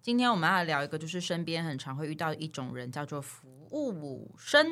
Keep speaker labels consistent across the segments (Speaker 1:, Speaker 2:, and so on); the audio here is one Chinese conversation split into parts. Speaker 1: 今天我们要聊一个，就是身边很常会遇到一种人，叫做服务生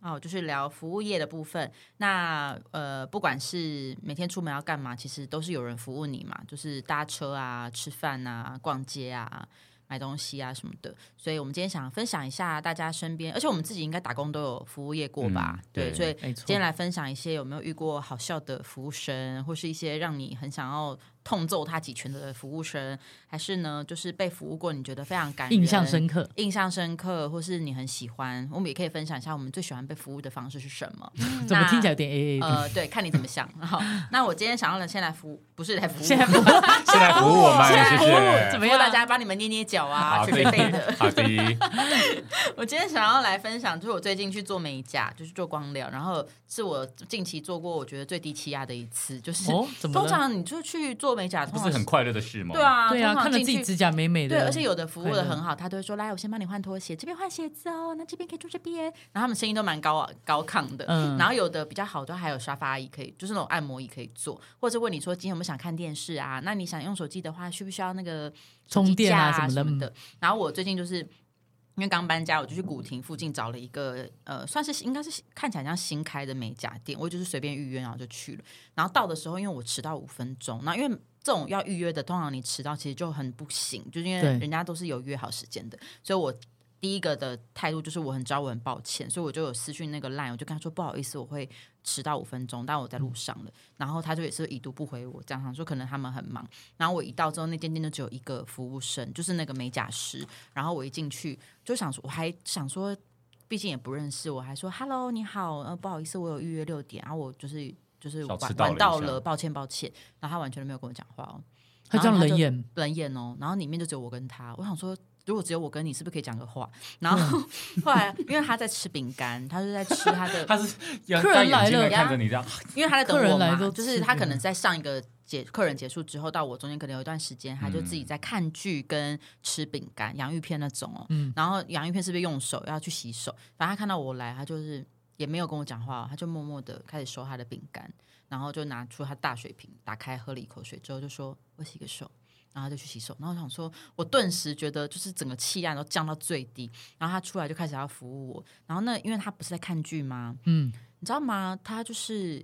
Speaker 1: 哦，就是聊服务业的部分。那呃，不管是每天出门要干嘛，其实都是有人服务你嘛，就是搭车啊、吃饭啊、逛街啊。买东西啊什么的，所以我们今天想分享一下大家身边，而且我们自己应该打工都有服务业过吧？
Speaker 2: 嗯对
Speaker 1: 所以
Speaker 3: 没错
Speaker 1: 今天来分享一些有没有遇过好笑的服务生，或是一些让你很想要痛揍他几拳的服务生，还是呢，就是被服务过你觉得非常感人
Speaker 3: 印象深刻。
Speaker 1: 印象深刻，或是你很喜欢，我们也可以分享一下我们最喜欢被服务的方式是什么。
Speaker 3: 怎么听起来有点 A A 的？
Speaker 1: 呃，对，看你怎么想。 好，那我今天想要来先来服务，不是来服务，
Speaker 3: 现在
Speaker 1: 服
Speaker 3: 不怎
Speaker 2: 是来服务我
Speaker 3: 啊
Speaker 2: 们，哎谢 谢。
Speaker 3: 么
Speaker 1: 务
Speaker 3: 样？
Speaker 1: 大家帮你们捏捏脚 啊，
Speaker 2: 好
Speaker 1: 捶捶
Speaker 2: 的
Speaker 1: 背的。，
Speaker 2: 好的，
Speaker 1: 我今天想要来分享，就是我最近去做美甲，就是做光疗，然后是我近期做过我觉得最低气压的一次，就是、
Speaker 3: 哦，怎么
Speaker 1: 通
Speaker 3: 了？
Speaker 1: 常你就去做美甲，
Speaker 2: 不
Speaker 1: 通
Speaker 2: 是
Speaker 1: 常
Speaker 2: 很快乐的事吗？
Speaker 1: 对，啊，
Speaker 3: 对啊，
Speaker 1: 通
Speaker 3: 看
Speaker 1: 常
Speaker 3: 着
Speaker 1: 进
Speaker 3: 自
Speaker 1: 去
Speaker 3: 己指甲美美的，
Speaker 1: 对，而且有的服务
Speaker 3: 快
Speaker 1: 的
Speaker 3: 乐
Speaker 1: 很好，他都会说来，我先帮你换拖鞋，这边换鞋子哦，那这边可以住这边，然后他们声音都蛮高啊高亢的。
Speaker 3: 嗯
Speaker 1: 然后有的比较好，都还有沙发椅可以，就是那种按摩椅可以坐，或者问你说今天有没有想看电视啊？那你想用手机的话，需不需要那个手机
Speaker 3: 充电
Speaker 1: 架
Speaker 3: 啊
Speaker 1: 啊
Speaker 3: 什么的
Speaker 1: 么的？然后我最近就是。因为刚搬家，我就去古亭附近找了一个呃，算是应该是看起来像新开的美甲店，我就是随便预约，然后就去了。然后到的时候，因为我迟到五分钟，那因为这种要预约的，通常你迟到其实就很不行，就是因为
Speaker 3: 对
Speaker 1: 人家都是有约好时间的，所以我。第一个的态度就是我很知道我很抱歉，所以我就有私讯那个 line，我就跟他说不好意思，我会迟到五分钟，但我在路上了。然后他就也是已读不回我，这样想说可能他们很忙。然后我一到之后，那间店就只有一个服务生，就是那个美甲师。然后我一进去就想说，我还想说，毕竟也不认识，我还说 “hello，你好，呃，不好意思，我有预约六点，然、后我就是就是
Speaker 2: 小
Speaker 1: 晚
Speaker 2: 迟到了
Speaker 1: 晚到
Speaker 2: 一下
Speaker 1: 了，抱歉抱歉。”然后他完全都没有跟我讲话哦，
Speaker 3: 他这样
Speaker 1: 然后他就
Speaker 3: 冷眼，
Speaker 1: 冷眼哦。然后里面就只有我跟他，我想说。如果只有我跟你，是不是可以讲个话？然后后来，因为他在吃饼干，他就在吃他的，
Speaker 2: 他是
Speaker 3: 客人
Speaker 2: 大眼睛
Speaker 3: 来
Speaker 2: 地
Speaker 3: 了
Speaker 2: 看着你这样，
Speaker 1: 因为他在等
Speaker 3: 客人
Speaker 1: 我
Speaker 3: 来
Speaker 1: 嘛，
Speaker 3: 都
Speaker 1: 就是
Speaker 3: 吃嗯
Speaker 1: 他
Speaker 3: 不
Speaker 1: 可
Speaker 3: 完
Speaker 1: 能在上一个结客人结束之后，到我中间可能有一段时间，他就自己
Speaker 3: 嗯
Speaker 1: 在看剧跟吃饼干、洋芋片那种哦。
Speaker 3: 嗯
Speaker 1: 然后洋芋片是不是用手要去洗手？反正他看到我来，他就是也没有跟我讲话哦、他就默默的开始收他的饼干，然后就拿出他大水瓶，打开喝了一口水之后，就说：“我洗个手。”然后他就去洗手，然后我想说，我顿时觉得就是整个气压都降到最低，然后他出来就开始要服务我，然后那因为他不是在看剧吗？
Speaker 3: 嗯，
Speaker 1: 你知道吗？他就是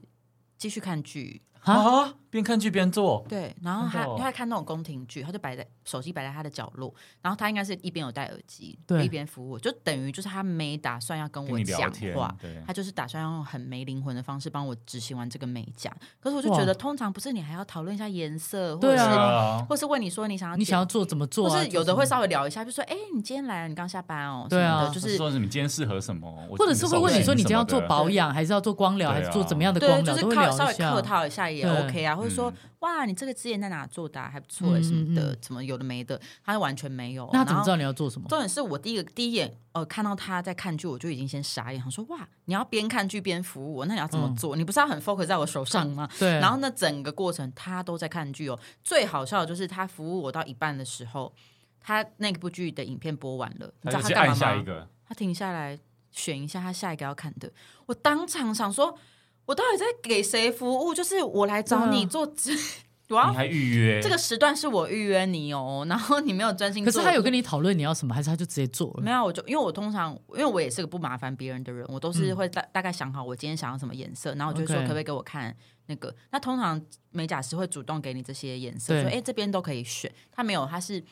Speaker 1: 继续看剧，
Speaker 2: 啊，边看剧边做，
Speaker 1: 对，然后他
Speaker 2: 真的哦
Speaker 1: 因为他看那种宫廷剧，他就摆在手机摆在他的角落，然后他应该是一边有戴耳机，
Speaker 3: 对
Speaker 1: 一边服务我，就等于就是他没打算要跟
Speaker 2: 跟
Speaker 1: 我
Speaker 2: 你聊
Speaker 1: 讲
Speaker 2: 天
Speaker 1: 话，，
Speaker 2: 对，
Speaker 1: 他就是打算用很没灵魂的方式帮我执行完这个美甲。可是我就
Speaker 3: 哇
Speaker 1: 觉得，通常不是你还要讨论一下颜色，或
Speaker 3: 对
Speaker 1: 者是、
Speaker 3: 啊
Speaker 2: 啊，
Speaker 1: 或是问你说你想要
Speaker 3: 你
Speaker 1: 剪
Speaker 3: 想要做怎么做
Speaker 1: 或
Speaker 3: 啊？
Speaker 1: 是有的会
Speaker 3: 做什么
Speaker 1: 稍微聊一下，就说：“哎、你今天来，你刚下班哦。”
Speaker 3: 对啊
Speaker 1: 什么的就
Speaker 2: 就是是说你今天适合什么，我
Speaker 3: 或者是会问你说你今天要做
Speaker 2: 保，
Speaker 3: 保养，还是要做光疗，
Speaker 2: 对啊
Speaker 3: 还是做怎么样的
Speaker 1: 对，
Speaker 3: 光
Speaker 1: 就
Speaker 3: 疗，
Speaker 1: 是
Speaker 3: 都会
Speaker 1: 靠
Speaker 3: 聊
Speaker 1: 稍微
Speaker 3: 一下啊
Speaker 1: 客。套一下也
Speaker 3: 对
Speaker 1: OK 啊，或者说、哇，你这个之前在哪做的、啊、还不错、欸、
Speaker 3: 嗯
Speaker 1: 什么的
Speaker 3: 嗯，
Speaker 1: 怎么有的没的，他完全没有。
Speaker 3: 那他怎么知
Speaker 1: 然后
Speaker 3: 道你要做什么？
Speaker 1: 重点是我第一个第一眼呃看到他在看剧，我就已经先傻眼，想说哇，你要边看剧边服务我，那你要怎么
Speaker 3: 嗯
Speaker 1: 做？你不是要很 focus 在我手上吗？
Speaker 3: 对，
Speaker 1: 然后那整个过程他都在看剧哦。最好笑的就是他服务我到一半的时候，他那部剧的影片播完了，你
Speaker 2: 他
Speaker 1: 知道他
Speaker 2: 就去
Speaker 1: 干
Speaker 2: 按
Speaker 1: 嘛
Speaker 2: 下
Speaker 1: 吗
Speaker 2: 一？个，
Speaker 1: 他停下来选一下他下一个要看的。我当场想说，我到底在给谁服务？就是我来找
Speaker 3: 对啊
Speaker 1: 你做咨， 我要
Speaker 2: 你还预约
Speaker 1: 啊这个时段是我预约你哦，然后你没有专心
Speaker 3: 可
Speaker 1: 做。
Speaker 3: 是他有跟你讨论你要什么，还是他就直接做了？
Speaker 1: 没有，我就因为我通常，因为我也是个不麻烦别人的人，我都是会大大概想好我今天想要什么颜色，然后我就说
Speaker 3: 嗯 OK
Speaker 1: 可不可以给我看那个。那通常美甲师会主动给你这些颜色，
Speaker 3: 对
Speaker 1: 说哎、诶这边都可以选。他没有，他是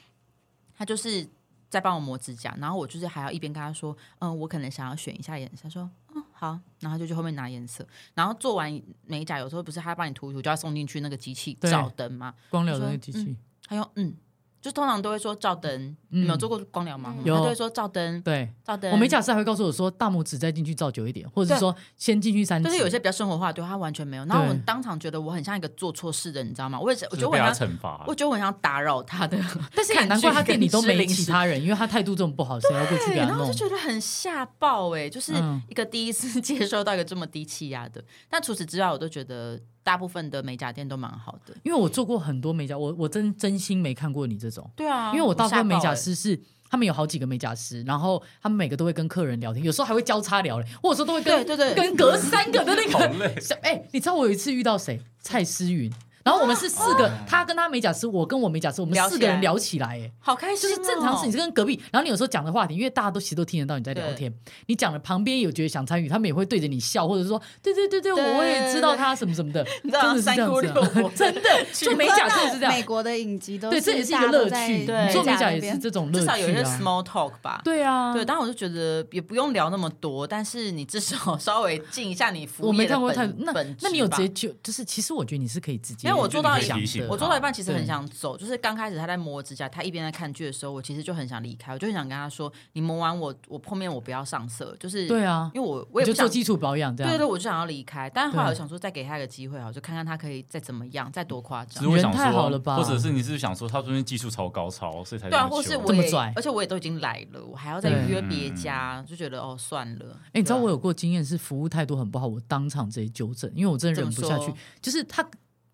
Speaker 1: 他就是在帮我磨指甲，然后我就是还要一边跟他说，嗯，我可能想要选一下颜色，他说嗯好，然后他就去后面拿颜色。然后做完美甲，有时候不是他帮你涂一涂就要送进去那个机器
Speaker 3: 对
Speaker 1: 照灯吗？
Speaker 3: 光疗的那个机器，
Speaker 1: 他用嗯就通常都会说照灯，你们有做过光疗吗？
Speaker 4: 嗯
Speaker 1: 他
Speaker 3: 有
Speaker 1: 都会说照灯，
Speaker 3: 对，
Speaker 1: 照灯。
Speaker 3: 我美甲师还会告诉我说，大拇指再进去照久一点，或者是说先进去三指。
Speaker 1: 就是有些比较生活化，对他完全没有。然后我
Speaker 3: 对
Speaker 1: 当场觉得我很像一个做错事的人，你知道吗？我也是，我觉得
Speaker 2: 就是
Speaker 1: 我
Speaker 2: 被
Speaker 1: 很
Speaker 2: 他
Speaker 1: 像，
Speaker 2: 惩罚
Speaker 1: 我。觉得我很像打扰他的。
Speaker 3: 但是
Speaker 1: 看
Speaker 3: 也难怪
Speaker 1: 剧
Speaker 3: 他店里
Speaker 1: 跟
Speaker 3: 都
Speaker 1: 吃
Speaker 3: 没
Speaker 1: 零
Speaker 3: 其
Speaker 1: 食
Speaker 3: 他人，因为他态度这么不好，谁要过去
Speaker 1: 对，
Speaker 3: 给他
Speaker 1: 然后就
Speaker 3: 弄？
Speaker 1: 觉得很吓爆哎、就是
Speaker 3: 嗯
Speaker 1: 一个第一次接收到一个这么低气压的。但除此之外，我都觉得大部分的美甲店都蛮好的。
Speaker 3: 因为我做过很多美甲，我我真真心没看过你这种，
Speaker 1: 对啊，
Speaker 3: 因为我大部分美
Speaker 1: 吓爆
Speaker 3: 甲
Speaker 1: 欸，
Speaker 3: 师是。他们有好几个美甲师，然后他们每个都会跟客人聊天，有时候还会交叉聊嘞，我有时候都会跟
Speaker 1: 对哦对对
Speaker 3: 跟隔三个的那
Speaker 2: 好
Speaker 3: 个
Speaker 2: 累，
Speaker 3: 小哎、你知道我有一次遇到谁？蔡诗芸，然后我们是四个，他跟他美甲师，我跟我美甲师，我们
Speaker 1: 哦聊起
Speaker 3: 四个人
Speaker 1: 来
Speaker 3: 聊起来、哎，
Speaker 1: 好开
Speaker 3: 就
Speaker 1: 心、哦
Speaker 3: 是正常是你是跟隔壁，然后你有时候讲的话题，因为大家都其实都听得到你在聊天，你讲的旁边有觉得想参与，他们也会对着你笑，或者说对对对对，
Speaker 1: 对
Speaker 3: 我我也知道他什么什么的，
Speaker 1: 你知
Speaker 3: 真
Speaker 1: 道
Speaker 3: 的是这
Speaker 1: 三
Speaker 3: 样
Speaker 1: 姑
Speaker 3: 子
Speaker 1: 六
Speaker 3: 啊、
Speaker 1: 婆
Speaker 3: 真的做美甲真的是这
Speaker 4: 美
Speaker 3: 样，
Speaker 4: 国的影集都
Speaker 3: 对，这也是一个乐趣，
Speaker 1: 对
Speaker 3: 你做美甲也
Speaker 4: 是大家都在
Speaker 3: 是这种乐
Speaker 1: 至
Speaker 3: 趣
Speaker 1: 少有一些
Speaker 3: 啊，
Speaker 1: small talk 吧。
Speaker 3: 对啊，
Speaker 1: 对，当然我就觉得也不用聊那么多，但是你至少 稍微尽一下你服务
Speaker 3: 我没
Speaker 1: 业的
Speaker 3: 看过
Speaker 1: 本
Speaker 3: 太那
Speaker 1: 本质
Speaker 3: 那你有
Speaker 1: 吧
Speaker 3: 直接就就是，其实我觉得你是可以直接，
Speaker 1: 因为我做到一
Speaker 3: 想
Speaker 2: 半
Speaker 3: 的，
Speaker 1: 我做到一半，其实
Speaker 3: 对
Speaker 1: 很想走，就是刚开始他在磨指甲，他一边在看剧的时候，我其实就很想离开，我就很想跟他说：“你磨完我，我后面我不要上色。”就是
Speaker 3: 对，啊，
Speaker 1: 因为我我
Speaker 3: 我
Speaker 1: 也
Speaker 3: 就
Speaker 1: 不
Speaker 3: 做
Speaker 1: 想，
Speaker 3: 基础保养这
Speaker 1: 对
Speaker 3: 样
Speaker 1: 对，对，我就想要离开。但是后来
Speaker 3: 对
Speaker 1: 我想说，再给他一个机会啊，就看看他可以再怎么样，再多夸
Speaker 2: 只
Speaker 1: 张
Speaker 2: 是。我想
Speaker 3: 人太好了
Speaker 2: 说，
Speaker 3: 吧
Speaker 2: 或者是你是想说他中间技术超高超，所以才
Speaker 1: 对啊，
Speaker 2: 这么嗯
Speaker 1: 或是
Speaker 2: 凶
Speaker 1: 我
Speaker 3: 这么
Speaker 1: 也
Speaker 3: 拽，
Speaker 1: 而且我也都已经来了，我还要再
Speaker 3: 对
Speaker 1: 约别家，就觉得哦算了。
Speaker 3: 哎、你知道
Speaker 1: 对啊
Speaker 3: 我有过经验是服务态度很不好，我当场直接纠正，因为我真的忍不下
Speaker 1: 怎
Speaker 3: 去
Speaker 1: 么说。
Speaker 3: 就是他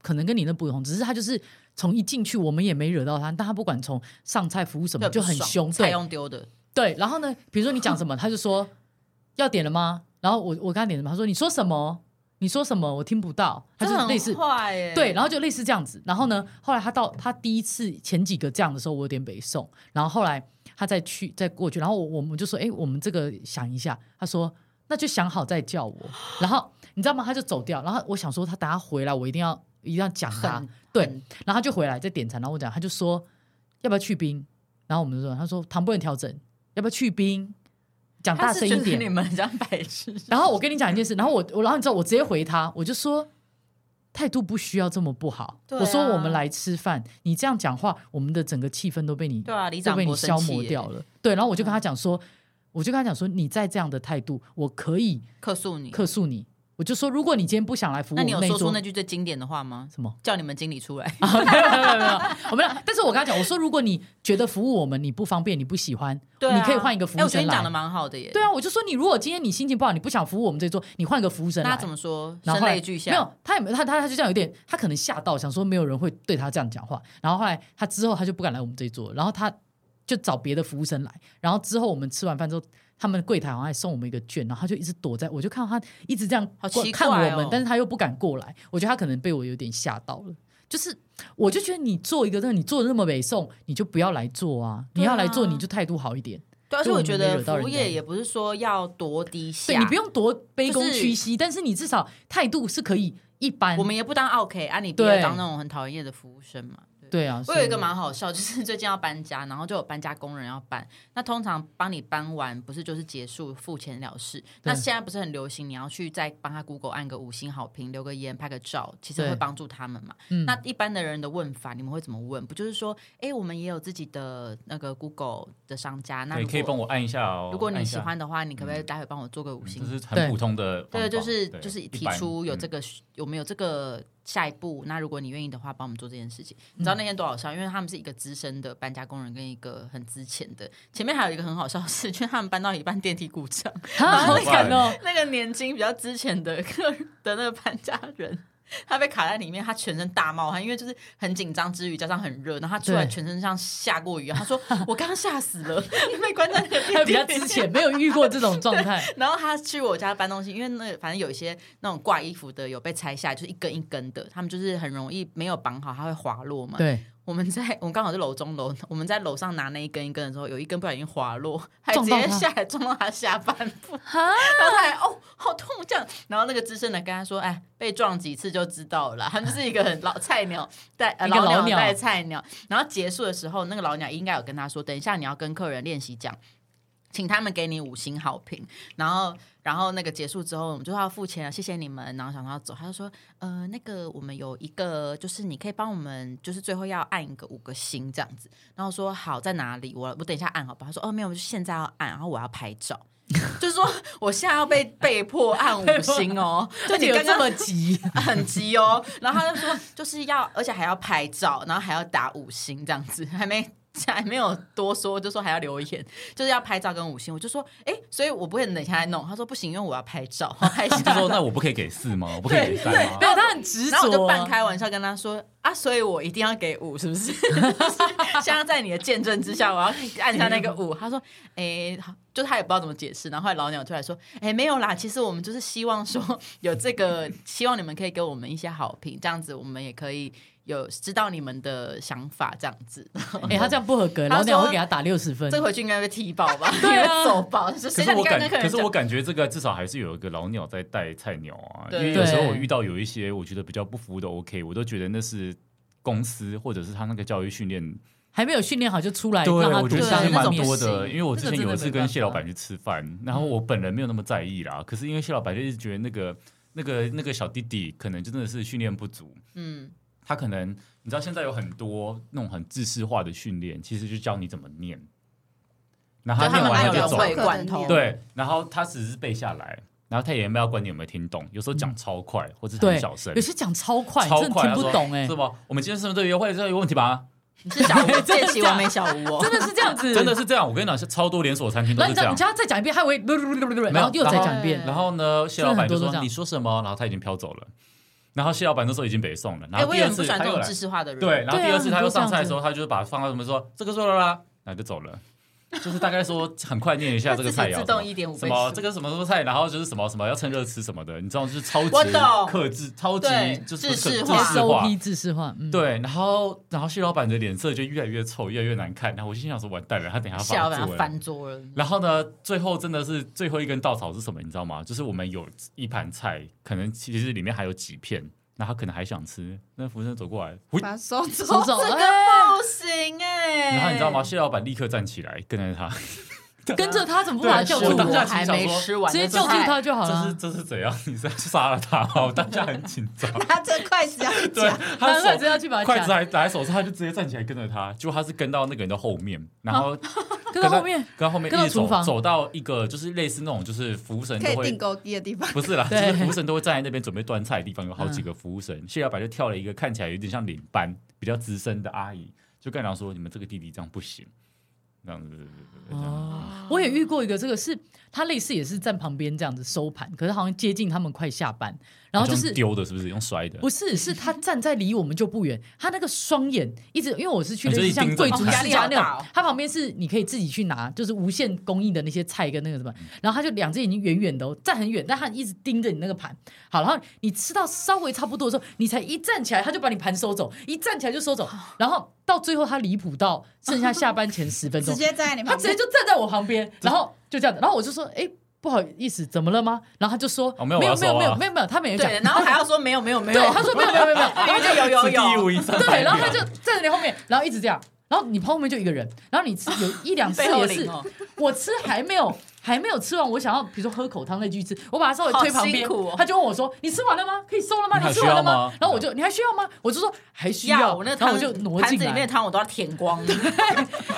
Speaker 3: 可能跟你那不同，只是他就是从一进去我们也没惹到他，但他不管从上菜服务什么
Speaker 1: 对啊
Speaker 3: 就
Speaker 1: 不
Speaker 3: 很
Speaker 1: 爽
Speaker 3: 凶，
Speaker 1: 菜
Speaker 3: 对
Speaker 1: 用丢的，
Speaker 3: 对。然后呢，比如说你讲什么，他就说要点了吗？然后我我跟他点什么，他说你说什么？你说什么？我听不到。他
Speaker 1: 这
Speaker 3: 就类似
Speaker 1: 很坏耶。
Speaker 3: 对，然后就类似这样子。然后呢，后来他到他第一次前几个这样的时候，我有点北宋。然后后来他再去再过去，然后我我们就说，哎，我们这个想一下。他说那就想好再叫我。然后你知道吗？他就走掉。然后我想说，他等下回来，我一定要一定要讲他
Speaker 1: 很。
Speaker 3: 对，
Speaker 1: 很
Speaker 3: 然后他就回来再点餐，然后我讲，他就说要不要去冰？然后我们就说，他说糖不能调整，要不要去冰？讲大
Speaker 1: 他是
Speaker 3: 声
Speaker 1: 觉
Speaker 3: 一
Speaker 1: 得
Speaker 3: 点
Speaker 1: 你。们很像白 痴。
Speaker 3: 然后我跟你讲一件事，然后我我然后你知道我直接回他，我就说态度不需要这么不好。
Speaker 1: 对啊
Speaker 3: 我说我们来吃饭，你这样讲话，我们的整个气氛都被你
Speaker 1: 对啊，李
Speaker 3: 都
Speaker 1: 长
Speaker 3: 被你
Speaker 1: 博生
Speaker 3: 消
Speaker 1: 气
Speaker 3: 磨
Speaker 1: 耶
Speaker 3: 掉，了。对，然后我就跟他讲说，我就跟他讲说，你再这样的态度，我可以
Speaker 1: 客诉你。
Speaker 3: 客诉你。我就说，如果你今天不想来服务
Speaker 1: 那
Speaker 3: 我
Speaker 1: 你有
Speaker 3: 们那一
Speaker 1: 说出
Speaker 3: 桌
Speaker 1: 那，句最经典的话吗？
Speaker 3: 什么？
Speaker 1: 叫你们经理出来。
Speaker 3: 哦没有没有没有，我没有。但是我跟他讲，我说如果你觉得服务我们你不方便，你不喜欢，
Speaker 1: 对啊
Speaker 3: 你可以换一个服
Speaker 1: 哎
Speaker 3: 务
Speaker 1: 我觉得
Speaker 3: 生
Speaker 1: 你
Speaker 3: 来
Speaker 1: 讲的。蛮好的耶。
Speaker 3: 对啊，我就说你如果今天你心情不好，你不想服务我们这一桌，你换一个服务生
Speaker 1: 那
Speaker 3: 来
Speaker 1: 他。怎么说？
Speaker 3: 然后
Speaker 1: 声
Speaker 3: 后来
Speaker 1: 泪俱下。
Speaker 3: 没有，他也没有他他他就这样有点，他可能吓到，想说没有人会对他这样讲话。然后后来他之后他就不敢来我们这一桌，然后他就找别的服务生来。然后之后我们吃完饭之后，他们柜台好像还送我们一个券，然后他就一直躲在，我就看到他一直这样
Speaker 1: 好
Speaker 3: 过
Speaker 1: 奇怪
Speaker 3: 看
Speaker 1: 哦
Speaker 3: 我们，但是他又不敢过来。我觉得他可能被我有点吓到了。就是，我就觉得你做一个，那你做的那么北宋，你就不要来做啊！你要来做，
Speaker 1: 对啊
Speaker 3: 你就态度好一点，
Speaker 1: 对，而且
Speaker 3: 就
Speaker 1: 我
Speaker 3: 我们
Speaker 1: 觉
Speaker 3: 没
Speaker 1: 得
Speaker 3: 惹到
Speaker 1: 服务
Speaker 3: 人
Speaker 1: 业
Speaker 3: 家
Speaker 1: 也不是说要多低下，
Speaker 3: 对你不用多卑
Speaker 1: 就
Speaker 3: 躬
Speaker 1: 是
Speaker 3: 屈膝，但是你至少态度是可以一般。
Speaker 1: 我们也不当 OK 啊，你不要
Speaker 3: 对
Speaker 1: 当那种很讨厌的服务生嘛。对
Speaker 3: 对啊，
Speaker 1: 我有一个
Speaker 3: 所以
Speaker 1: 蛮好笑， 就是最近要搬家，然后就有搬家工人要搬。那通常帮你搬完，不是就是结束付钱了事？那现在不是很流行，你要去再帮他 Google 按个五星好评，留个言，拍个照，其实
Speaker 3: 对
Speaker 1: 会帮助他们嘛。
Speaker 3: 嗯
Speaker 1: 那一般的人的问法，你们会怎么问？不就是说，哎、我们也有自己的那个 Google 的商家，那
Speaker 2: 对，
Speaker 1: 如
Speaker 2: 可以帮
Speaker 1: 果
Speaker 2: 我按一下哦。
Speaker 1: 如果
Speaker 2: 按
Speaker 1: 你
Speaker 2: 一
Speaker 1: 喜
Speaker 2: 下，
Speaker 1: 欢的话，你可不可以待会帮我做个五
Speaker 2: 嗯
Speaker 1: 星
Speaker 2: 这是
Speaker 3: 对
Speaker 2: 很普通的方
Speaker 1: 对，
Speaker 2: 法。
Speaker 1: 就是
Speaker 2: 对
Speaker 1: 就是
Speaker 2: 一
Speaker 1: 提
Speaker 2: 般
Speaker 1: 出有
Speaker 2: 嗯
Speaker 1: 这个需有没有这个下一步？那如果你愿意的话，帮我们做这件事情。你
Speaker 2: 嗯
Speaker 1: 知道那天多好笑？因为他们是一个资深的搬家工人跟一个很资浅的，前面还有一个很好笑的事，就是他们搬到一半电梯故障，
Speaker 3: 啊， 好
Speaker 2: 惨
Speaker 3: 哦！
Speaker 1: 那个年轻比较资浅的客人的那个搬家人。他被卡在里面，他全身大冒汗，因为就是很紧张之余，加上很热，然后他出来
Speaker 3: 对
Speaker 1: 全身像下过雨一样。他说：“ 我刚刚吓死了， 因为被关在那个电梯
Speaker 3: 他比较
Speaker 1: 里面
Speaker 3: 之前没有遇过这种状 态，
Speaker 1: 然后他去我家搬东西，因为那个反正有一些那种挂衣服的有被拆下来，就是一根一根的，他们就是很容易没有绑好，它会滑落嘛。
Speaker 3: 对，
Speaker 1: 我们在我们刚好是楼中楼，我们在楼上拿那一根一根的时候，有一根不小心滑 落，还直
Speaker 3: 撞到
Speaker 1: 接
Speaker 3: 他
Speaker 1: 下来撞到他下半部，然后他还哦好痛这样，然后那个资深的跟他说，哎，被撞几次就知道了啦， 他们就是一个很老菜鸟带、呃、
Speaker 3: 一个
Speaker 1: 老
Speaker 3: 老鸟
Speaker 1: 带菜鸟，然后结束的时候，那个老鸟应该有跟他说，等一下你要跟客人练习讲。请他们给你五星好评，然后然后那个结束之后，我们就要付钱了，谢谢你们，然后想要走，他就说，呃，那个我们有一个就是你可以帮我们，就是最后要按一个五个星这样子，然后说好在哪里，我我等一下按好吧，他说哦没有，我就现在要按，然后我要拍照。 就是说，我现在要被被迫按五星哦， 就
Speaker 3: 而
Speaker 1: 你
Speaker 3: 且有
Speaker 1: 刚刚
Speaker 3: 这么急，
Speaker 1: 很急哦。然后他就说，就是要，而且还要拍照，然后还要打五星这样子，还没。还没有多说，就说还要留言，就是要拍照跟五星。我就说，哎、所以我不会等一下来弄。他说不行，因为我要拍 照，我要拍一
Speaker 2: 就
Speaker 1: 下。
Speaker 2: 说那我不可以给四吗？我不可以给三吗？
Speaker 3: 对他很执
Speaker 1: 然后我就
Speaker 3: 着
Speaker 1: 半
Speaker 3: 啊。
Speaker 1: 开玩笑跟他说啊，所以我一定要给五，是不 是？现在在你的见证之下，我要按下那 个五。他说，哎、好就是他也不知道怎么解释。然后后来老鸟出来说，哎、没有啦，其实我们就是希望说 有这个，希望你们可以给我们一些好评，这样子我们也可以有知道你们的想法，这样子。
Speaker 3: 哎，他这样不合格，
Speaker 1: 他
Speaker 3: 老鸟
Speaker 1: 说
Speaker 3: 会给他打六十分。
Speaker 1: 这回去应该被踢爆 吧？
Speaker 3: 对啊
Speaker 1: 因为走爆。就
Speaker 2: 可
Speaker 1: 谁
Speaker 2: 是
Speaker 1: 叫
Speaker 2: 我
Speaker 1: 你刚
Speaker 2: 感
Speaker 1: 刚，
Speaker 2: 可
Speaker 1: 能
Speaker 2: 是我感觉这个至少还是有一个老鸟在带菜鸟啊，因
Speaker 1: 对
Speaker 2: 为有时候
Speaker 3: 对
Speaker 2: 我遇到有一些我觉得比较不服的 OK，我都觉得那是公司或者是他那个教育训练
Speaker 3: 还没有训练好就出来，
Speaker 2: 对，
Speaker 3: 让他
Speaker 2: 我觉得
Speaker 3: 独
Speaker 1: 对
Speaker 2: 其
Speaker 3: 当
Speaker 2: 实
Speaker 1: 那
Speaker 2: 蛮
Speaker 1: 种
Speaker 3: 面
Speaker 2: 多
Speaker 1: 不
Speaker 2: 的，
Speaker 1: 行
Speaker 2: 因为我之
Speaker 3: 这个
Speaker 2: 前有一
Speaker 3: 真的
Speaker 2: 次
Speaker 3: 没
Speaker 2: 跟
Speaker 3: 办
Speaker 2: 谢老
Speaker 3: 法
Speaker 2: 板去吃饭，然后我本人没有那么在意啦，可是因为谢老板就一直觉得那个那个那个小弟弟可能真的是训练不足，
Speaker 1: 嗯，
Speaker 2: 他可能你知道现在有很多那种很知识化的训练，其实就教你怎么念，然后
Speaker 1: 就他
Speaker 2: 念
Speaker 1: 们
Speaker 2: 完
Speaker 1: 还
Speaker 2: 他
Speaker 1: 有
Speaker 2: 就
Speaker 1: 人
Speaker 2: 走
Speaker 1: 会嗯
Speaker 2: 了，
Speaker 1: 罐头，
Speaker 2: 对，然后他只是背下来，然后他也没有管你有没有听懂，有时候讲超快或者很
Speaker 3: 对
Speaker 2: 小声
Speaker 3: 有，些讲超快，
Speaker 2: 超
Speaker 3: 真的
Speaker 2: 快
Speaker 3: 听
Speaker 2: 他
Speaker 3: 不
Speaker 2: 说
Speaker 3: 懂哎
Speaker 2: 是，吧？我们今天是不是这个约会这个有问题吧？
Speaker 1: 你是小吴借起完美小吴哦，
Speaker 3: 哎 真的是这样子，
Speaker 2: 真的。是这样，我跟你讲，是超多连锁餐厅都
Speaker 3: 然后
Speaker 2: 是这
Speaker 3: 你知道，
Speaker 2: 样
Speaker 3: 你。叫他再讲一遍，他会，然后又再讲一遍。
Speaker 2: 然后呢，谢老板就
Speaker 3: 真
Speaker 2: 说
Speaker 3: 的很多都这：“样
Speaker 2: 你说什么？”然后他已经飘走了。然后谢老板那时候已经北宋了。然
Speaker 1: 哎，
Speaker 2: 后
Speaker 1: 我
Speaker 2: 第
Speaker 1: 也
Speaker 2: 二
Speaker 1: 很不
Speaker 2: 次
Speaker 1: 喜欢
Speaker 2: 他
Speaker 1: 这
Speaker 2: 又
Speaker 1: 种
Speaker 2: 来
Speaker 1: 知，识化的人。
Speaker 2: 对，然后
Speaker 3: 对啊
Speaker 2: 第二次他又
Speaker 3: 很多这
Speaker 2: 上
Speaker 3: 样子
Speaker 2: 菜的时候，他就把放到什么说：“这个做了啦。”然后就走了。就是大概说很快念一下
Speaker 1: 他
Speaker 2: 这
Speaker 1: 自
Speaker 2: 个
Speaker 1: 己
Speaker 2: 菜肴
Speaker 1: 自
Speaker 2: 什
Speaker 1: 动
Speaker 2: 么
Speaker 1: 一点五
Speaker 2: 什
Speaker 1: 倍
Speaker 2: 么
Speaker 1: 速，
Speaker 2: 这个什么什么菜，然后就是什么什么要趁热吃什么的，你知道就是超级
Speaker 1: 我懂
Speaker 2: 克制，超级
Speaker 1: 对
Speaker 2: 就是
Speaker 1: 制式
Speaker 2: 克制
Speaker 1: 化
Speaker 2: 式化
Speaker 3: SOP 制式化，嗯，
Speaker 2: 对，然后然后谢老板的脸色就越来越臭，越来越难看。然后我心想说：“完蛋了，他等一下
Speaker 1: 下
Speaker 2: 发
Speaker 1: 要把它
Speaker 2: 作了。”
Speaker 1: 翻桌了。
Speaker 2: 然后呢，最后真的是最后一根稻草是什么？你知道吗？就是我们有一盘菜，可能其实里面还有几片，那他可能还想吃。那服务生走过来，喂
Speaker 4: 把它收走。
Speaker 3: 收走，
Speaker 1: 这个
Speaker 3: 哎
Speaker 1: 不行哎、
Speaker 2: 然后你知道吗？？谢老板立刻站起来跟着他，
Speaker 3: 跟着他怎么不把他
Speaker 2: 对
Speaker 3: 叫
Speaker 2: 我
Speaker 3: 住
Speaker 1: 是
Speaker 2: 当
Speaker 1: 我
Speaker 2: 下
Speaker 3: 啊我？
Speaker 1: 还没吃完
Speaker 3: 直接
Speaker 1: 的
Speaker 3: 叫住
Speaker 1: 菜，
Speaker 3: 他就好啊
Speaker 2: 这
Speaker 3: 了
Speaker 2: 是。这是怎样？你是要去杀了他吗？我当下很紧 张，
Speaker 4: 拿着筷子要去
Speaker 2: 对
Speaker 4: 夹，，
Speaker 2: 他
Speaker 3: 难
Speaker 2: 的
Speaker 3: 怪
Speaker 2: 手
Speaker 3: 真要去把
Speaker 2: 筷
Speaker 3: 他
Speaker 2: 子
Speaker 3: 夹，
Speaker 2: 还拿在手上，他就直接站起来跟着他，结果他是跟到那个人的后面，然后
Speaker 3: 跟到后面
Speaker 2: 跟后面
Speaker 3: 啊跟到
Speaker 2: 一直走
Speaker 3: 厨房
Speaker 2: 走到一个就是类似那种就是服务生
Speaker 4: 可
Speaker 2: 都
Speaker 4: 以
Speaker 2: 会
Speaker 4: 订购低的地方。
Speaker 2: 不是啦，就
Speaker 3: 对嗯
Speaker 2: 是服务生都会站在那边准备端菜的地方，有好几个服务生。谢老板就跳了一个看起来有点像领班、比较资深的阿姨，就跟他说：“你们这个弟弟这样不行。”这样子，这样
Speaker 3: 哦，我也遇过一个，这个是他类似也是站旁边这样子收盘，可是好像接近他们快下班，然后就
Speaker 2: 用
Speaker 3: 是
Speaker 2: 丢的，是不是用摔的？
Speaker 3: 不是是他站在离我们就不远，他那个双眼一直，因为我是去
Speaker 2: 你
Speaker 3: 类
Speaker 2: 这
Speaker 3: 似
Speaker 2: 一
Speaker 3: 像
Speaker 2: 盯着
Speaker 3: 贵族
Speaker 1: 看
Speaker 3: 世家
Speaker 1: 压力
Speaker 3: 那
Speaker 1: 好大哦
Speaker 3: 种，他旁边是你可以自己去拿，就是无限供应的那些菜跟那个什么，然后他就两只眼睛远远的、哦，站很远，但他一直盯着你那个盘。好，然后你吃到稍微差不多的时候，你才一站起来，他就把你盘收走，一站起来就收走，然后到最后他离谱到剩下下班前十分钟
Speaker 4: 直，接站在你
Speaker 3: 他
Speaker 4: 旁
Speaker 3: 直接
Speaker 4: 边，
Speaker 3: 就站在我旁边，然后就这样子，然后我就说，哎。不好意思，怎么了吗？然后他就说、
Speaker 2: 哦
Speaker 3: 没
Speaker 2: 没有我
Speaker 3: 有
Speaker 2: 要
Speaker 3: 没有
Speaker 2: 收啊
Speaker 3: 没有没有没有，他没有讲，
Speaker 1: 对，然后还要说没有没有没有，
Speaker 3: 对他说没有没有没 有没有，
Speaker 1: 因为就有有
Speaker 2: 是第一
Speaker 1: 有，
Speaker 2: 无银三百
Speaker 3: 对，
Speaker 2: 两
Speaker 3: 然后他就站在你后面，然后一直这样，然后你后面就一个人，然后你吃有一两次
Speaker 1: 背后
Speaker 3: 也 是
Speaker 1: 领，哦，
Speaker 3: 我吃还没有还没有吃完，我想要比如说喝口汤再继续吃，我把它稍微推旁边
Speaker 1: 好辛苦哦，
Speaker 3: 他就问我说：“你吃完了吗？可以收了吗？
Speaker 2: 你还
Speaker 3: 你吃完了
Speaker 2: 需要吗
Speaker 3: 然后我就：“你还需要吗？”我就说：“还需
Speaker 1: 要
Speaker 3: 要。”
Speaker 1: 我那
Speaker 3: 然
Speaker 1: 汤
Speaker 3: 后我就挪
Speaker 1: 盘
Speaker 3: 进
Speaker 1: 子里面的
Speaker 3: 来，
Speaker 1: 汤我都要舔光，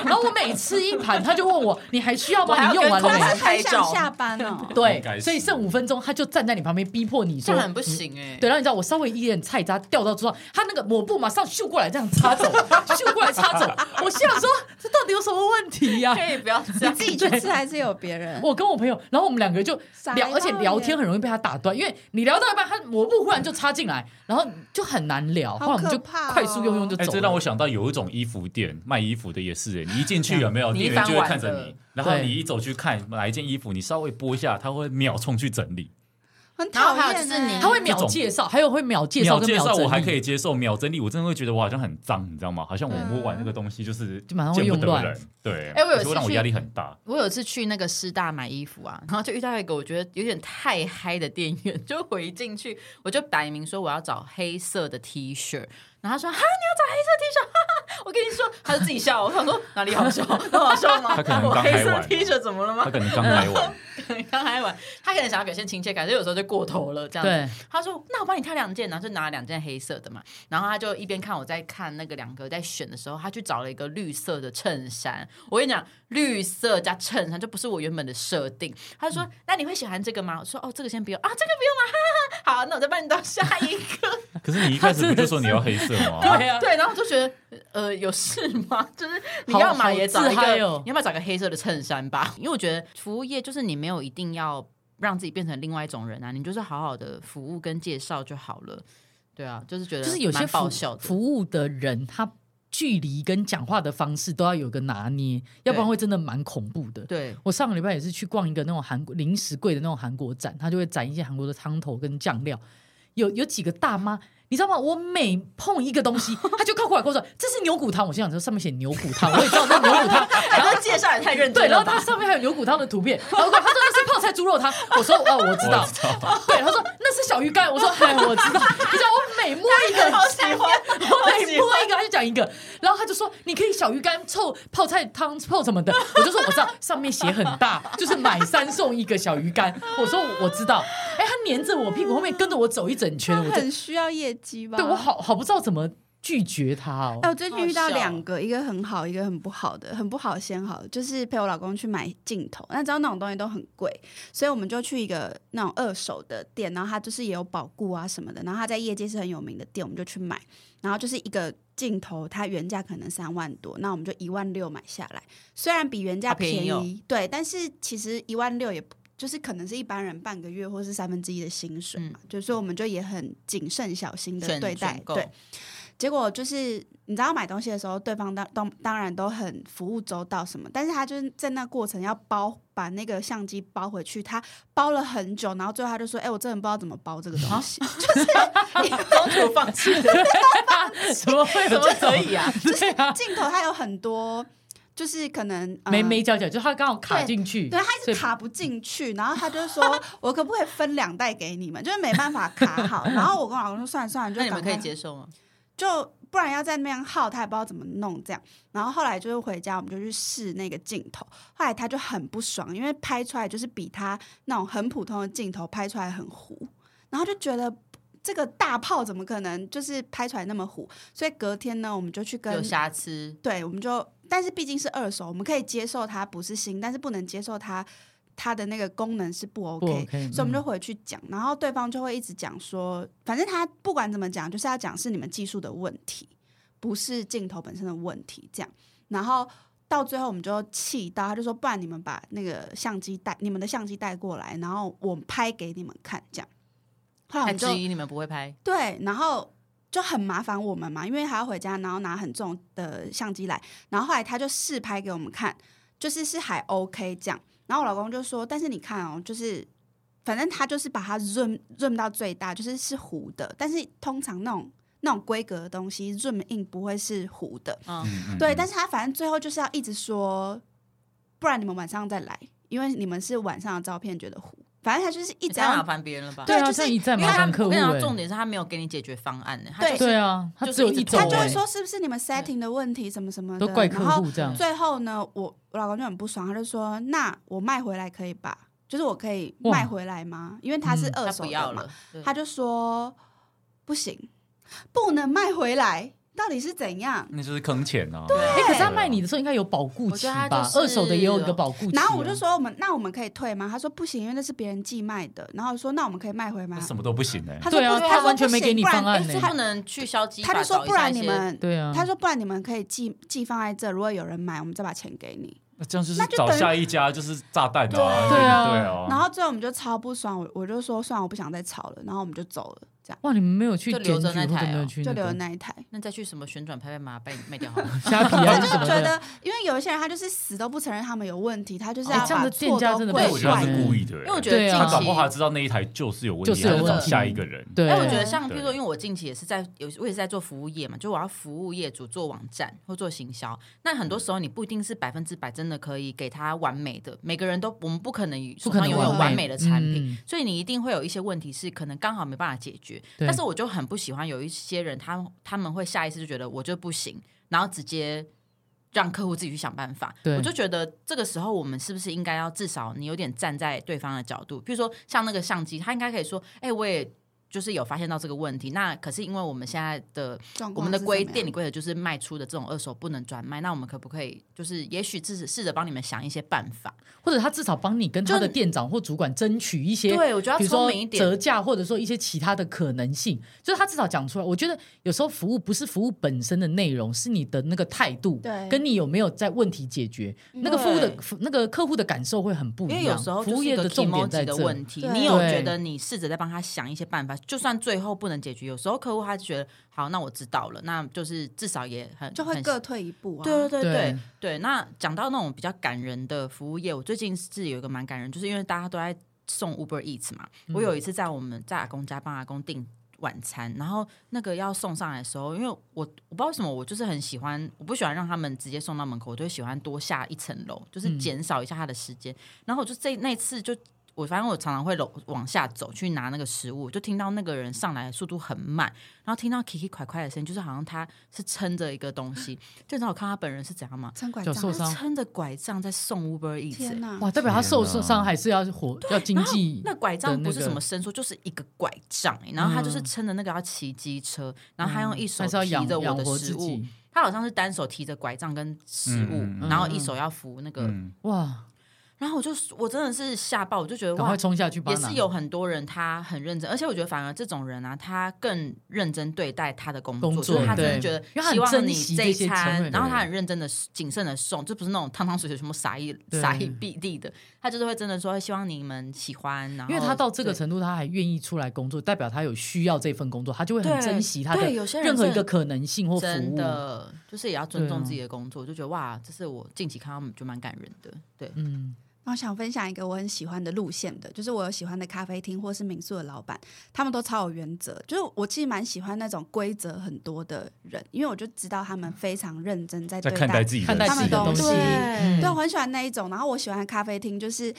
Speaker 3: 然后我每吃一盘，他就问我：“你还需要
Speaker 1: 我还
Speaker 3: 吗？
Speaker 1: 要
Speaker 3: 你用完了
Speaker 1: 跟他
Speaker 4: 他
Speaker 3: 没
Speaker 4: 是很想下班哦？”。
Speaker 2: 应该
Speaker 3: 对，
Speaker 2: 是
Speaker 3: 所以剩五分钟，他就站在你旁边逼迫你
Speaker 1: 这
Speaker 3: 说
Speaker 1: 样很不行哎、
Speaker 3: 对，然后你知道我稍微一点菜渣掉到桌上，他那个抹布马上咻过来这样擦走，咻过来 擦走。我心想说，这到底有什么问题呀、
Speaker 1: 可以不要这
Speaker 4: 你
Speaker 1: 样
Speaker 4: 自。己去吃还是有别人？
Speaker 3: 我跟我朋友，然后我们两个就
Speaker 4: 傻
Speaker 3: 聊，
Speaker 4: 到
Speaker 3: 而且聊
Speaker 4: 耶
Speaker 3: 天很容易被他打断，因为你聊到一半，他抹布忽然就插进来，然后就很难聊。
Speaker 4: 好
Speaker 3: 后来我们就
Speaker 4: 可怕哦
Speaker 3: 快速用用就
Speaker 2: 哎，
Speaker 3: 走
Speaker 2: 这
Speaker 3: 了。
Speaker 2: 让我想到有一种衣服店卖衣服的也是，哎你一进去有没有
Speaker 1: 你一
Speaker 2: 店员就会
Speaker 1: 翻
Speaker 2: 看
Speaker 1: 完
Speaker 2: 着
Speaker 1: 了
Speaker 2: 你，然后
Speaker 3: 对
Speaker 2: 你一走去看哪一件衣服，你稍微拨一下，他会秒冲去整理。
Speaker 4: 很
Speaker 1: 然后
Speaker 4: 讨
Speaker 1: 还有
Speaker 4: 厌
Speaker 1: 就是你
Speaker 4: 欸
Speaker 3: 他会
Speaker 2: 这
Speaker 3: 秒
Speaker 2: 种
Speaker 3: 介绍，还有会秒介绍
Speaker 2: 秒
Speaker 3: 跟
Speaker 2: 介
Speaker 3: 秒
Speaker 2: 绍
Speaker 3: 整
Speaker 2: 我还
Speaker 3: 理
Speaker 2: 可以接受，秒整理我真的会觉得我好像很脏，你知道吗？好像我摸完那个东西就是
Speaker 3: 嗯就马上会
Speaker 2: 见不
Speaker 3: 用
Speaker 2: 得
Speaker 3: 乱
Speaker 2: 人，对，
Speaker 1: 哎我有
Speaker 2: 而且
Speaker 1: 次
Speaker 2: 会让我
Speaker 1: 去
Speaker 2: 压力很大。
Speaker 1: 我有一次去那个师大买衣服啊，然后就遇到一个我觉得有点太嗨的店员，就我一进去我就摆明说我要找黑色的 T 恤，然后他说：“哈，你要找黑色 T 恤？”哈哈，我跟你说，他就自己笑。我想说哪里好笑？有好笑吗？
Speaker 2: 他可能
Speaker 1: 我
Speaker 2: 刚
Speaker 1: 黑
Speaker 2: 来
Speaker 1: 色
Speaker 2: 晚
Speaker 1: T 恤怎么了
Speaker 2: 他
Speaker 1: 吗？
Speaker 2: 可能刚来 完，
Speaker 1: 刚还玩，他可能想要表现亲切感，就有时候就过头了这样子。
Speaker 3: 对，
Speaker 1: 他说：“那我帮你挑两件。”然后就拿了两件黑色的嘛。然后他就一边看我在看那个两个在选的时候，他去找了一个绿色的衬衫。我跟你讲，绿色加衬衫就不是我原本的设定。他就说：“那你会喜欢这个吗？”我说：“哦，这个先不用啊，这个不用吗？哈哈哈。好，那我再帮你到下一个。
Speaker 2: 可是你一开始不就说你要黑色吗？
Speaker 3: 对啊，
Speaker 1: 对，然后我就觉得，呃，有事吗？ 就是你要嘛
Speaker 3: 好
Speaker 1: 也找一
Speaker 3: 好自嗨
Speaker 1: 个，
Speaker 3: 哦
Speaker 1: 你要不要找个黑色的衬衫吧？因为我觉得服务业就是你没有一定要让自己变成另外一种人啊，你就是好好的服务跟介绍就好了。对啊，就是觉得
Speaker 3: 就是有些
Speaker 1: 蛮爆
Speaker 3: 服
Speaker 1: 笑的，
Speaker 3: 服务的人，他距离跟讲话的方式都要有个拿捏，要不然会真的蛮恐怖的。
Speaker 1: 对
Speaker 3: 我上个礼拜也是去逛一个那种韩国零食柜的那种韩国展，他就会展一些韩国的汤头跟酱料，有有几个大妈。你知道吗？我每碰一个东西，他就靠过来跟我说：“这是牛骨汤。”我心想说：“上面写牛骨汤，我也知道这是牛 骨汤。”
Speaker 1: 然后介绍也太认
Speaker 3: 对，
Speaker 1: 真
Speaker 3: 然
Speaker 1: 了
Speaker 3: 后
Speaker 1: 吧，
Speaker 3: 它上面还有牛骨汤的图片，然后他说那是泡菜猪肉汤，我说哦我知道，对，他说那是小鱼干，我说哎我知道，你知道我每摸一个，
Speaker 1: 好喜欢，
Speaker 3: 我
Speaker 1: 好
Speaker 3: 每
Speaker 1: 喜
Speaker 3: 摸
Speaker 1: 欢。
Speaker 3: 一个他就讲一个，然后他就说你可以小鱼干凑泡菜汤凑什么的，我就说我知道，上面写很大，就是买三送一个小鱼干，我说我知道，哎他黏着我屁股后面跟着我走一整圈，
Speaker 4: 他
Speaker 3: 我就
Speaker 4: 很需要业绩吧？
Speaker 3: 对我。好好不知道怎么拒绝他哦
Speaker 4: 哎，，我最近遇
Speaker 1: 好
Speaker 4: 到
Speaker 1: 笑
Speaker 4: 两个，一个很好，一个很不好的。很不好先好，就是陪我老公去买镜头，那知道那种东西都很贵，所以我们就去一个那种二手的店，然后它就是也有保固啊什么的，然后它在业界是很有名的店，我们就去买。然后就是一个镜头，它原价可能三万多，那我们就一万六买下来，虽然比原价
Speaker 1: 好便
Speaker 4: 便
Speaker 1: 宜哦
Speaker 4: 对，但是其实一万六也不就是可能是一般人半个月或是三分之一的薪水嘛，就所以我们就也很谨慎小心的
Speaker 1: 嗯选
Speaker 4: 对待
Speaker 1: 选，购
Speaker 4: 对。结果就是你知道买东西的时候，对方当当当然都很服务周到什么，但是他就是在那过程要包把那个相机包回去，他包了很久，然后最后他就说：“哎、我真的不知道怎么包这个
Speaker 1: 啊
Speaker 4: 东西。
Speaker 1: 中途放弃的，
Speaker 3: 怎么会有
Speaker 1: 呃怎
Speaker 3: 这
Speaker 1: 么
Speaker 3: 种
Speaker 1: 可？以啊？
Speaker 3: 对啊”，
Speaker 4: 镜头它有很多，就是可能、呃、
Speaker 1: 嗯
Speaker 3: 眉眉角角，就他刚好卡进去，
Speaker 1: 啊
Speaker 4: 对，他一
Speaker 3: 所以
Speaker 4: 直卡不进去，然后他就说：“ 我可不可以分两袋给你们？”就是没办法卡好。然后我跟我老公说：“算了算了，就
Speaker 1: 那你们
Speaker 4: 赶
Speaker 1: 可
Speaker 4: 快
Speaker 1: 以接受吗？
Speaker 4: 就不然要在那边耗，他也不知道怎么弄这样。然后后来就是回家，我们就去试那个镜头，后来他就很不爽，因为拍出来就是比他那种很普通的镜头拍出来很糊，然后就觉得。这个大炮怎么可能就是拍出来那么糊？所以隔天呢，我们就去跟
Speaker 1: 有瑕疵，
Speaker 4: 对，我们就，但是毕竟是二手，我们可以接受它不是新，但是不能接受它它的那个功能是不 OK，,
Speaker 3: 不 OK，
Speaker 4: 所以我们就
Speaker 3: 嗯
Speaker 4: 回去讲，然后对方就会一直讲说，反正他不管怎么讲，就是要讲是你们技术的问题，不是镜头本身的问题，这样，然后。到最后我们就气到，他就说：“不然你们把那个相机带，你们的相机带过来，然后我拍给你们看。”这样，后来我
Speaker 1: 还
Speaker 4: 们就
Speaker 1: 哎质疑你们不会拍，
Speaker 4: 对，然后就很麻烦我们嘛，因为还要回家，然后拿很重的相机来，然后后来他就试拍给我们看，就是是还 OK 这样，然后我老公就说，但是你看哦，就是。反正他就是把它 zoom zoom 到最大，就是是糊的。但是通常那种那种规格的东西，zoom in 不会是糊的。
Speaker 1: 嗯，
Speaker 2: 嗯嗯
Speaker 4: 对，但是他反正最后就是要一直说，不然你们晚上再来，因为你们是晚上的照片觉得糊。反正他就是一
Speaker 1: 你
Speaker 4: 直
Speaker 1: 太麻
Speaker 4: 要
Speaker 1: 烦别人了吧？
Speaker 4: 对
Speaker 3: 啊，
Speaker 4: 就是
Speaker 3: 这样一再
Speaker 1: 因为
Speaker 3: 麻
Speaker 1: 他
Speaker 3: 烦客
Speaker 1: 我
Speaker 3: 户、
Speaker 1: 跟你讲，
Speaker 3: 欸，
Speaker 1: 重点是他没有给你解决方案呢，他
Speaker 4: 对
Speaker 1: 就是
Speaker 3: 对啊，他
Speaker 1: 就是嗯
Speaker 3: 只有
Speaker 1: 一直
Speaker 3: 一种、
Speaker 1: 走
Speaker 4: 他就会
Speaker 1: 欸
Speaker 4: 说是不是你们 setting 的问题什么什么的，
Speaker 3: 都怪客
Speaker 4: 然后
Speaker 3: 户这样，
Speaker 4: 最后呢，我我老公就很不爽，他就说：“那我卖回来可以吧？就是我可以
Speaker 3: 哇
Speaker 4: 卖回来吗？因为他是
Speaker 3: 嗯
Speaker 4: 二
Speaker 1: 他不
Speaker 4: 手的
Speaker 1: 要
Speaker 4: 嘛。
Speaker 1: 了，对
Speaker 4: 他就说：“不行，不能卖回来，到底是怎样
Speaker 2: 那就是坑钱啊。
Speaker 3: 哎、可是他卖你的时候应该有保固
Speaker 1: 我
Speaker 3: 期
Speaker 1: 觉得他
Speaker 3: 吧？
Speaker 1: 就是
Speaker 3: 二手的也有一个保固期、？”啊。
Speaker 4: 然后我就，说：“我们那我们可以退吗？”他说：“不行，因为那是别人寄卖的。”然后我说：“那我们可以卖回吗
Speaker 2: 那？”什么都不行哎，
Speaker 4: 他说：“
Speaker 3: 对啊，
Speaker 4: 不，他说
Speaker 3: 完全
Speaker 4: 不
Speaker 3: 没
Speaker 4: 行
Speaker 3: 给你
Speaker 4: 不然
Speaker 3: 方案
Speaker 4: 哎
Speaker 3: 呢、
Speaker 1: 他不能去消极
Speaker 4: 他
Speaker 1: 法
Speaker 4: 就
Speaker 1: 找
Speaker 4: 说：“
Speaker 1: 一下一些，
Speaker 4: 不然你们，
Speaker 3: 对啊，
Speaker 4: 他说不然你们可以寄寄放在这，如果有人买，我们再把钱给你。”
Speaker 2: 那这样就是
Speaker 4: 那就
Speaker 2: 找
Speaker 4: 等于
Speaker 2: 下一家就是炸弹啊，
Speaker 3: 对啊
Speaker 2: 对啊。
Speaker 4: 然后最后我们就超不爽，我我就说算了，我不想再吵了，然后我们就走了，这样
Speaker 3: 哇，你们没有去
Speaker 1: 就
Speaker 3: 检举
Speaker 1: 留
Speaker 3: 或
Speaker 1: 着
Speaker 3: 者
Speaker 1: 那台
Speaker 3: 没有
Speaker 1: 哦
Speaker 3: 去
Speaker 4: 就
Speaker 3: 那
Speaker 4: 留了
Speaker 3: 个
Speaker 4: 那一台。
Speaker 1: 那再去什么旋转拍拍马被卖掉好 了。
Speaker 3: 虾皮
Speaker 4: 我
Speaker 3: 啊
Speaker 4: 就
Speaker 3: 什么
Speaker 4: 觉
Speaker 3: 的，
Speaker 4: 得，因为有一些人他就是死都不承认他们有问题，他就是
Speaker 3: 哎
Speaker 4: 要
Speaker 3: 这样
Speaker 4: 把
Speaker 3: 的店
Speaker 4: 错
Speaker 3: 家
Speaker 4: 都
Speaker 3: 真的
Speaker 2: 但
Speaker 4: 怪
Speaker 2: 是我觉得他
Speaker 4: 怪
Speaker 2: 是
Speaker 3: 很
Speaker 4: 你。
Speaker 2: 故意的欸，
Speaker 1: 因为我觉
Speaker 3: 对
Speaker 1: 得
Speaker 3: 啊
Speaker 2: 他
Speaker 1: 近
Speaker 2: 搞不
Speaker 1: 期
Speaker 2: 好他知道那一台就是有问
Speaker 3: 就
Speaker 2: 题，
Speaker 3: 是
Speaker 2: 他
Speaker 3: 有
Speaker 2: 就
Speaker 3: 问
Speaker 2: 找
Speaker 3: 题
Speaker 2: 下一个人。
Speaker 3: 对，
Speaker 1: 哎，我觉得像譬
Speaker 2: 对
Speaker 1: 如说，因为我近期也是在有，我也是在做服务业嘛，就我要服务业主做网站或做行销。那很
Speaker 3: 嗯
Speaker 1: 多时候你不一定是百分之百真的可以给他完美的，每个人都我们不可能手
Speaker 3: 不可
Speaker 1: 上
Speaker 3: 能
Speaker 1: 拥有
Speaker 4: 完
Speaker 1: 完
Speaker 3: 美
Speaker 1: 美的产品
Speaker 3: 嗯，
Speaker 1: 所以你一定会有一些问题是可能刚好没办法解决，觉。
Speaker 3: 对
Speaker 1: 但是我就很不喜欢有一些人他，他们会下意识就觉得我就不行，然后直接让客户自己去想办法。
Speaker 3: 对
Speaker 1: 我就觉得这个时候我们是不是应该要至少你有点站在对方的角度，比如说像那个相机，他应该可以说：“哎、我也。”就是有发现到这个问题，那可是因为我们现在的
Speaker 4: 状况
Speaker 1: 我们的
Speaker 4: 是
Speaker 1: 规
Speaker 4: 怎么
Speaker 1: 店
Speaker 4: 样
Speaker 1: 里规则就是卖出的这种二手不能转卖，那我们可不可以就是也许试试着帮你们想一些办法？
Speaker 3: 或者他至少帮你跟他
Speaker 1: 就
Speaker 3: 的店长或主管争取一些，
Speaker 1: 对我觉得
Speaker 3: 比
Speaker 1: 要
Speaker 3: 如
Speaker 1: 聪
Speaker 3: 说
Speaker 1: 明一
Speaker 3: 折
Speaker 1: 点，
Speaker 3: 价，或者说一些其他的可能性，就是他至少讲出来。我觉得有时候服务不是服务本身的内容，是你的那个态度，
Speaker 4: 对
Speaker 3: 跟你有没有在问题解决，那个服务的那个客户的感受会很不一
Speaker 1: 因
Speaker 3: 样。
Speaker 1: 为有时候
Speaker 3: 服
Speaker 1: 就
Speaker 3: 务
Speaker 1: 是一
Speaker 3: 业
Speaker 1: 个
Speaker 3: 的重点
Speaker 1: emoji
Speaker 3: 在
Speaker 1: 的
Speaker 3: 这，
Speaker 1: 问题，
Speaker 4: 对
Speaker 1: 你有
Speaker 3: 对
Speaker 1: 觉得你试着在帮他想一些办法，就算最后不能解决，有时候客户他就觉得好，那我知道了，那就是至少也很
Speaker 4: 就会
Speaker 1: 很
Speaker 4: 各退一步啊。
Speaker 1: 对对对对
Speaker 3: 对
Speaker 1: 对。那讲到那种比较感人的服务业，我最近是有一个蛮感人，就是因为大家都在送 Uber Eats 嘛。我有一次在我们在阿公家帮阿公订晚餐，然后那个要送上来的时候，因为我我不知道为什么，我就是很喜欢，我不喜欢让他们直接送到门口，我就喜欢多下一层楼，就是减少一下他的时间。然后我就这那次就。我反正我常常会楼往下走去拿那个食物，就听到那个人上来的速度很慢，然后听到奇奇快快的声音，就是好像他是撑着一个东西，就你知道我看他本人是怎样吗？
Speaker 4: 撑拐
Speaker 3: 脚
Speaker 4: 杖，
Speaker 3: 受伤
Speaker 1: 他撑着拐杖在送 Uber Eats，、
Speaker 4: 啊天
Speaker 1: 欸、
Speaker 4: 哪！
Speaker 3: 哇，代表他受
Speaker 2: 天啊
Speaker 3: 伤还是要活要经济
Speaker 1: 那拐杖不是
Speaker 3: 的那个嗯
Speaker 1: 什么伸缩，就是一个拐杖、欸，然后他就是撑着那个要骑机车，然后他用一手
Speaker 3: 还是要
Speaker 1: 提着
Speaker 3: 养
Speaker 1: 我
Speaker 3: 养
Speaker 1: 的
Speaker 3: 活
Speaker 1: 食
Speaker 3: 自
Speaker 1: 物，
Speaker 3: 己。
Speaker 1: 他好像是单手提着拐杖跟食物，
Speaker 2: 嗯
Speaker 1: 然后一手要扶那个，
Speaker 2: 嗯，
Speaker 3: 哇，
Speaker 1: 然后我就我真的是吓爆，我就觉得
Speaker 3: 赶
Speaker 1: 哇
Speaker 3: 快，冲下去
Speaker 1: 啊
Speaker 3: 帮
Speaker 1: 也
Speaker 3: 他拿
Speaker 1: 是有很多人他很认真，而且我觉得反而这种人啊，他更认真对待他的工作，
Speaker 3: 工作
Speaker 1: 就是他真的
Speaker 3: 对
Speaker 1: 觉得
Speaker 3: 因为他很
Speaker 1: 希望
Speaker 3: 珍
Speaker 1: 你
Speaker 3: 惜
Speaker 1: 这
Speaker 3: 这
Speaker 1: 一
Speaker 3: 些
Speaker 1: 餐
Speaker 3: 成，本
Speaker 1: 然后他很认真的、谨慎的送，就不是那种汤汤水水全部撒一
Speaker 3: 对
Speaker 1: 撒一地地的，他就是会真的说希望你们喜欢，然后
Speaker 3: 因为他到这个
Speaker 1: 对
Speaker 3: 程度，他还愿意出来工作，代表他有需要这份工作，他就会很
Speaker 1: 对
Speaker 3: 珍惜他的
Speaker 1: 对有些人
Speaker 3: 任何一
Speaker 1: 真的
Speaker 3: 个可能性或服
Speaker 1: 真
Speaker 3: 务。
Speaker 1: 的就是也要尊
Speaker 3: 对
Speaker 1: 重
Speaker 3: 啊
Speaker 1: 自己的工作，我就觉得哇，这是我近期看到就蛮感人的，对，
Speaker 3: 嗯，
Speaker 4: 然后想分享一个我很喜欢的路线的，就是我有喜欢的咖啡厅或是民宿的老板，他们都超有原则。就是我其实蛮喜欢那种规则很多的人，因为我就知道他们非常认真在
Speaker 2: 在
Speaker 4: 对
Speaker 2: 看待
Speaker 4: 待
Speaker 2: 自己的
Speaker 3: 看待
Speaker 2: 人
Speaker 3: 自
Speaker 2: 生
Speaker 3: 己的东西，
Speaker 4: 对
Speaker 3: 嗯
Speaker 4: 对，我很喜欢那一种。然后我喜欢的咖啡厅就是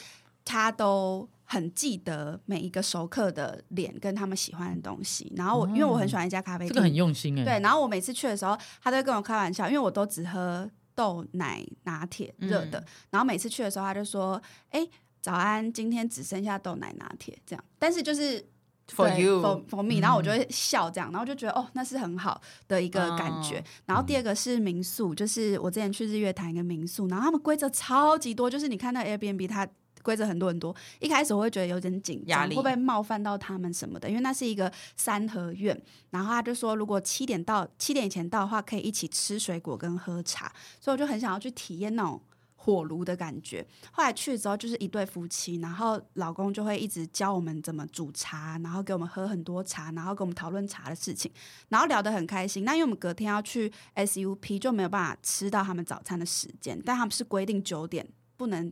Speaker 4: 他都很记得每一个熟客的脸跟他们喜欢的东西。然后我、因为我很喜欢一家咖啡
Speaker 3: 哦
Speaker 4: 厅，
Speaker 3: 这个很用心哎、
Speaker 4: 对。然后我每次去的时候，他都会跟我开玩笑，因为我都只喝豆奶拿铁热的。
Speaker 1: 嗯
Speaker 4: 然后每次去的时候，他就说：“哎、早安，今天只剩下豆奶拿铁。”这样，但是就是。
Speaker 1: For
Speaker 4: 对
Speaker 1: you 嗯
Speaker 4: for for me，、然后我就会笑这样，然后就觉得哦，那是很好的一个感觉。
Speaker 1: 哦
Speaker 4: 然后第二个是民宿，就是我之前去日月潭一个民宿，然后他们规则超级多，就是你看那 Airbnb 它规则很多很多。一开始我会觉得有点紧
Speaker 1: 压
Speaker 4: 张，
Speaker 1: 力
Speaker 4: 会不会冒犯到他们什么的？因为那是一个三合院，然后他就说如果七点到七点以前到的话，可以一起吃水果跟喝茶，所以我就很想要去体验那种。火炉的感觉，后来去之后就是一对夫妻，然后老公就会一直教我们怎么煮茶，然后给我们喝很多茶，然后跟我们讨论茶的事情，然后聊得很开心。那因为我们隔天要去 SUP，就没有办法吃到他们早餐的时间，但他们是规定九点不能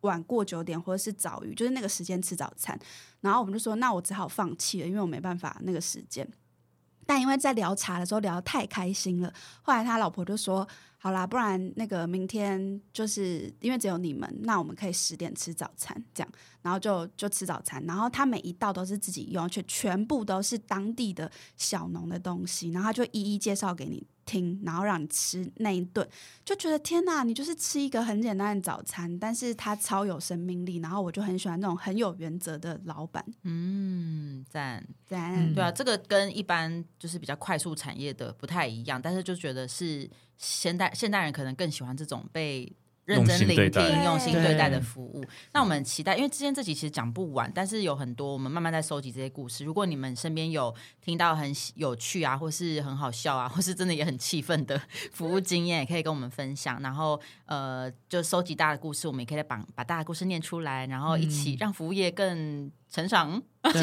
Speaker 4: 晚过九点或者是早于，就是那个时间吃早餐。然后我们就说，那我只好放弃了，因为我没办法那个时间。但因为在聊茶的时候聊得太开心了，后来他老婆就说：“好啦，不然那个明天就是因为只有你们，那我们可以十点吃早餐这样。”然后就就吃早餐，然后他每一道都是自己用，而且全部都是当地的小农的东西，然后他就一一介绍给你听，然后让你吃那一顿，就觉得天呐，你就是吃一个很简单的早餐，但是它超有生命力，然后我就很喜欢那种很有原则的老板。
Speaker 1: 嗯，赞。
Speaker 4: 赞
Speaker 1: 对啊，这个跟一般就是比较快速产业的不太一样，但是就觉得是现代现代人可能更喜欢这种被认真
Speaker 2: 用心
Speaker 1: 聆
Speaker 2: 对
Speaker 1: 听
Speaker 2: 待、
Speaker 1: 用心
Speaker 3: 对
Speaker 1: 对待的服务。那我们很期待，因为之前这集其实讲不完，但是有很多我们慢慢在收集这些故事。如果你们身边有听到很喜有趣啊，或是很好笑啊，或是真的也很气愤的 服务经验，也可以跟我们分享。然后呃，就收集大家的故事，我们也可以把把大家的故事念出来，然后一起让服务业更成长。
Speaker 3: 对，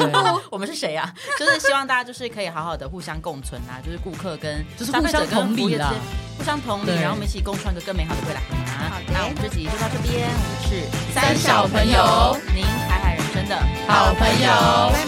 Speaker 1: 我们是谁呀、 就是希望大家就是可以好好的互相共存啊，就是顾客跟
Speaker 3: 就是
Speaker 1: 消费者
Speaker 3: 互相同
Speaker 1: 跟
Speaker 3: 理
Speaker 1: 服务业之
Speaker 3: 啦
Speaker 1: 间互相同理，
Speaker 3: 对
Speaker 1: 然后我们一起共创一个更美好的未来。
Speaker 4: 好的
Speaker 1: 那我们这集就到这边，我们是
Speaker 3: 三小朋友，
Speaker 1: 您海海人生的
Speaker 3: 好朋友
Speaker 4: 拜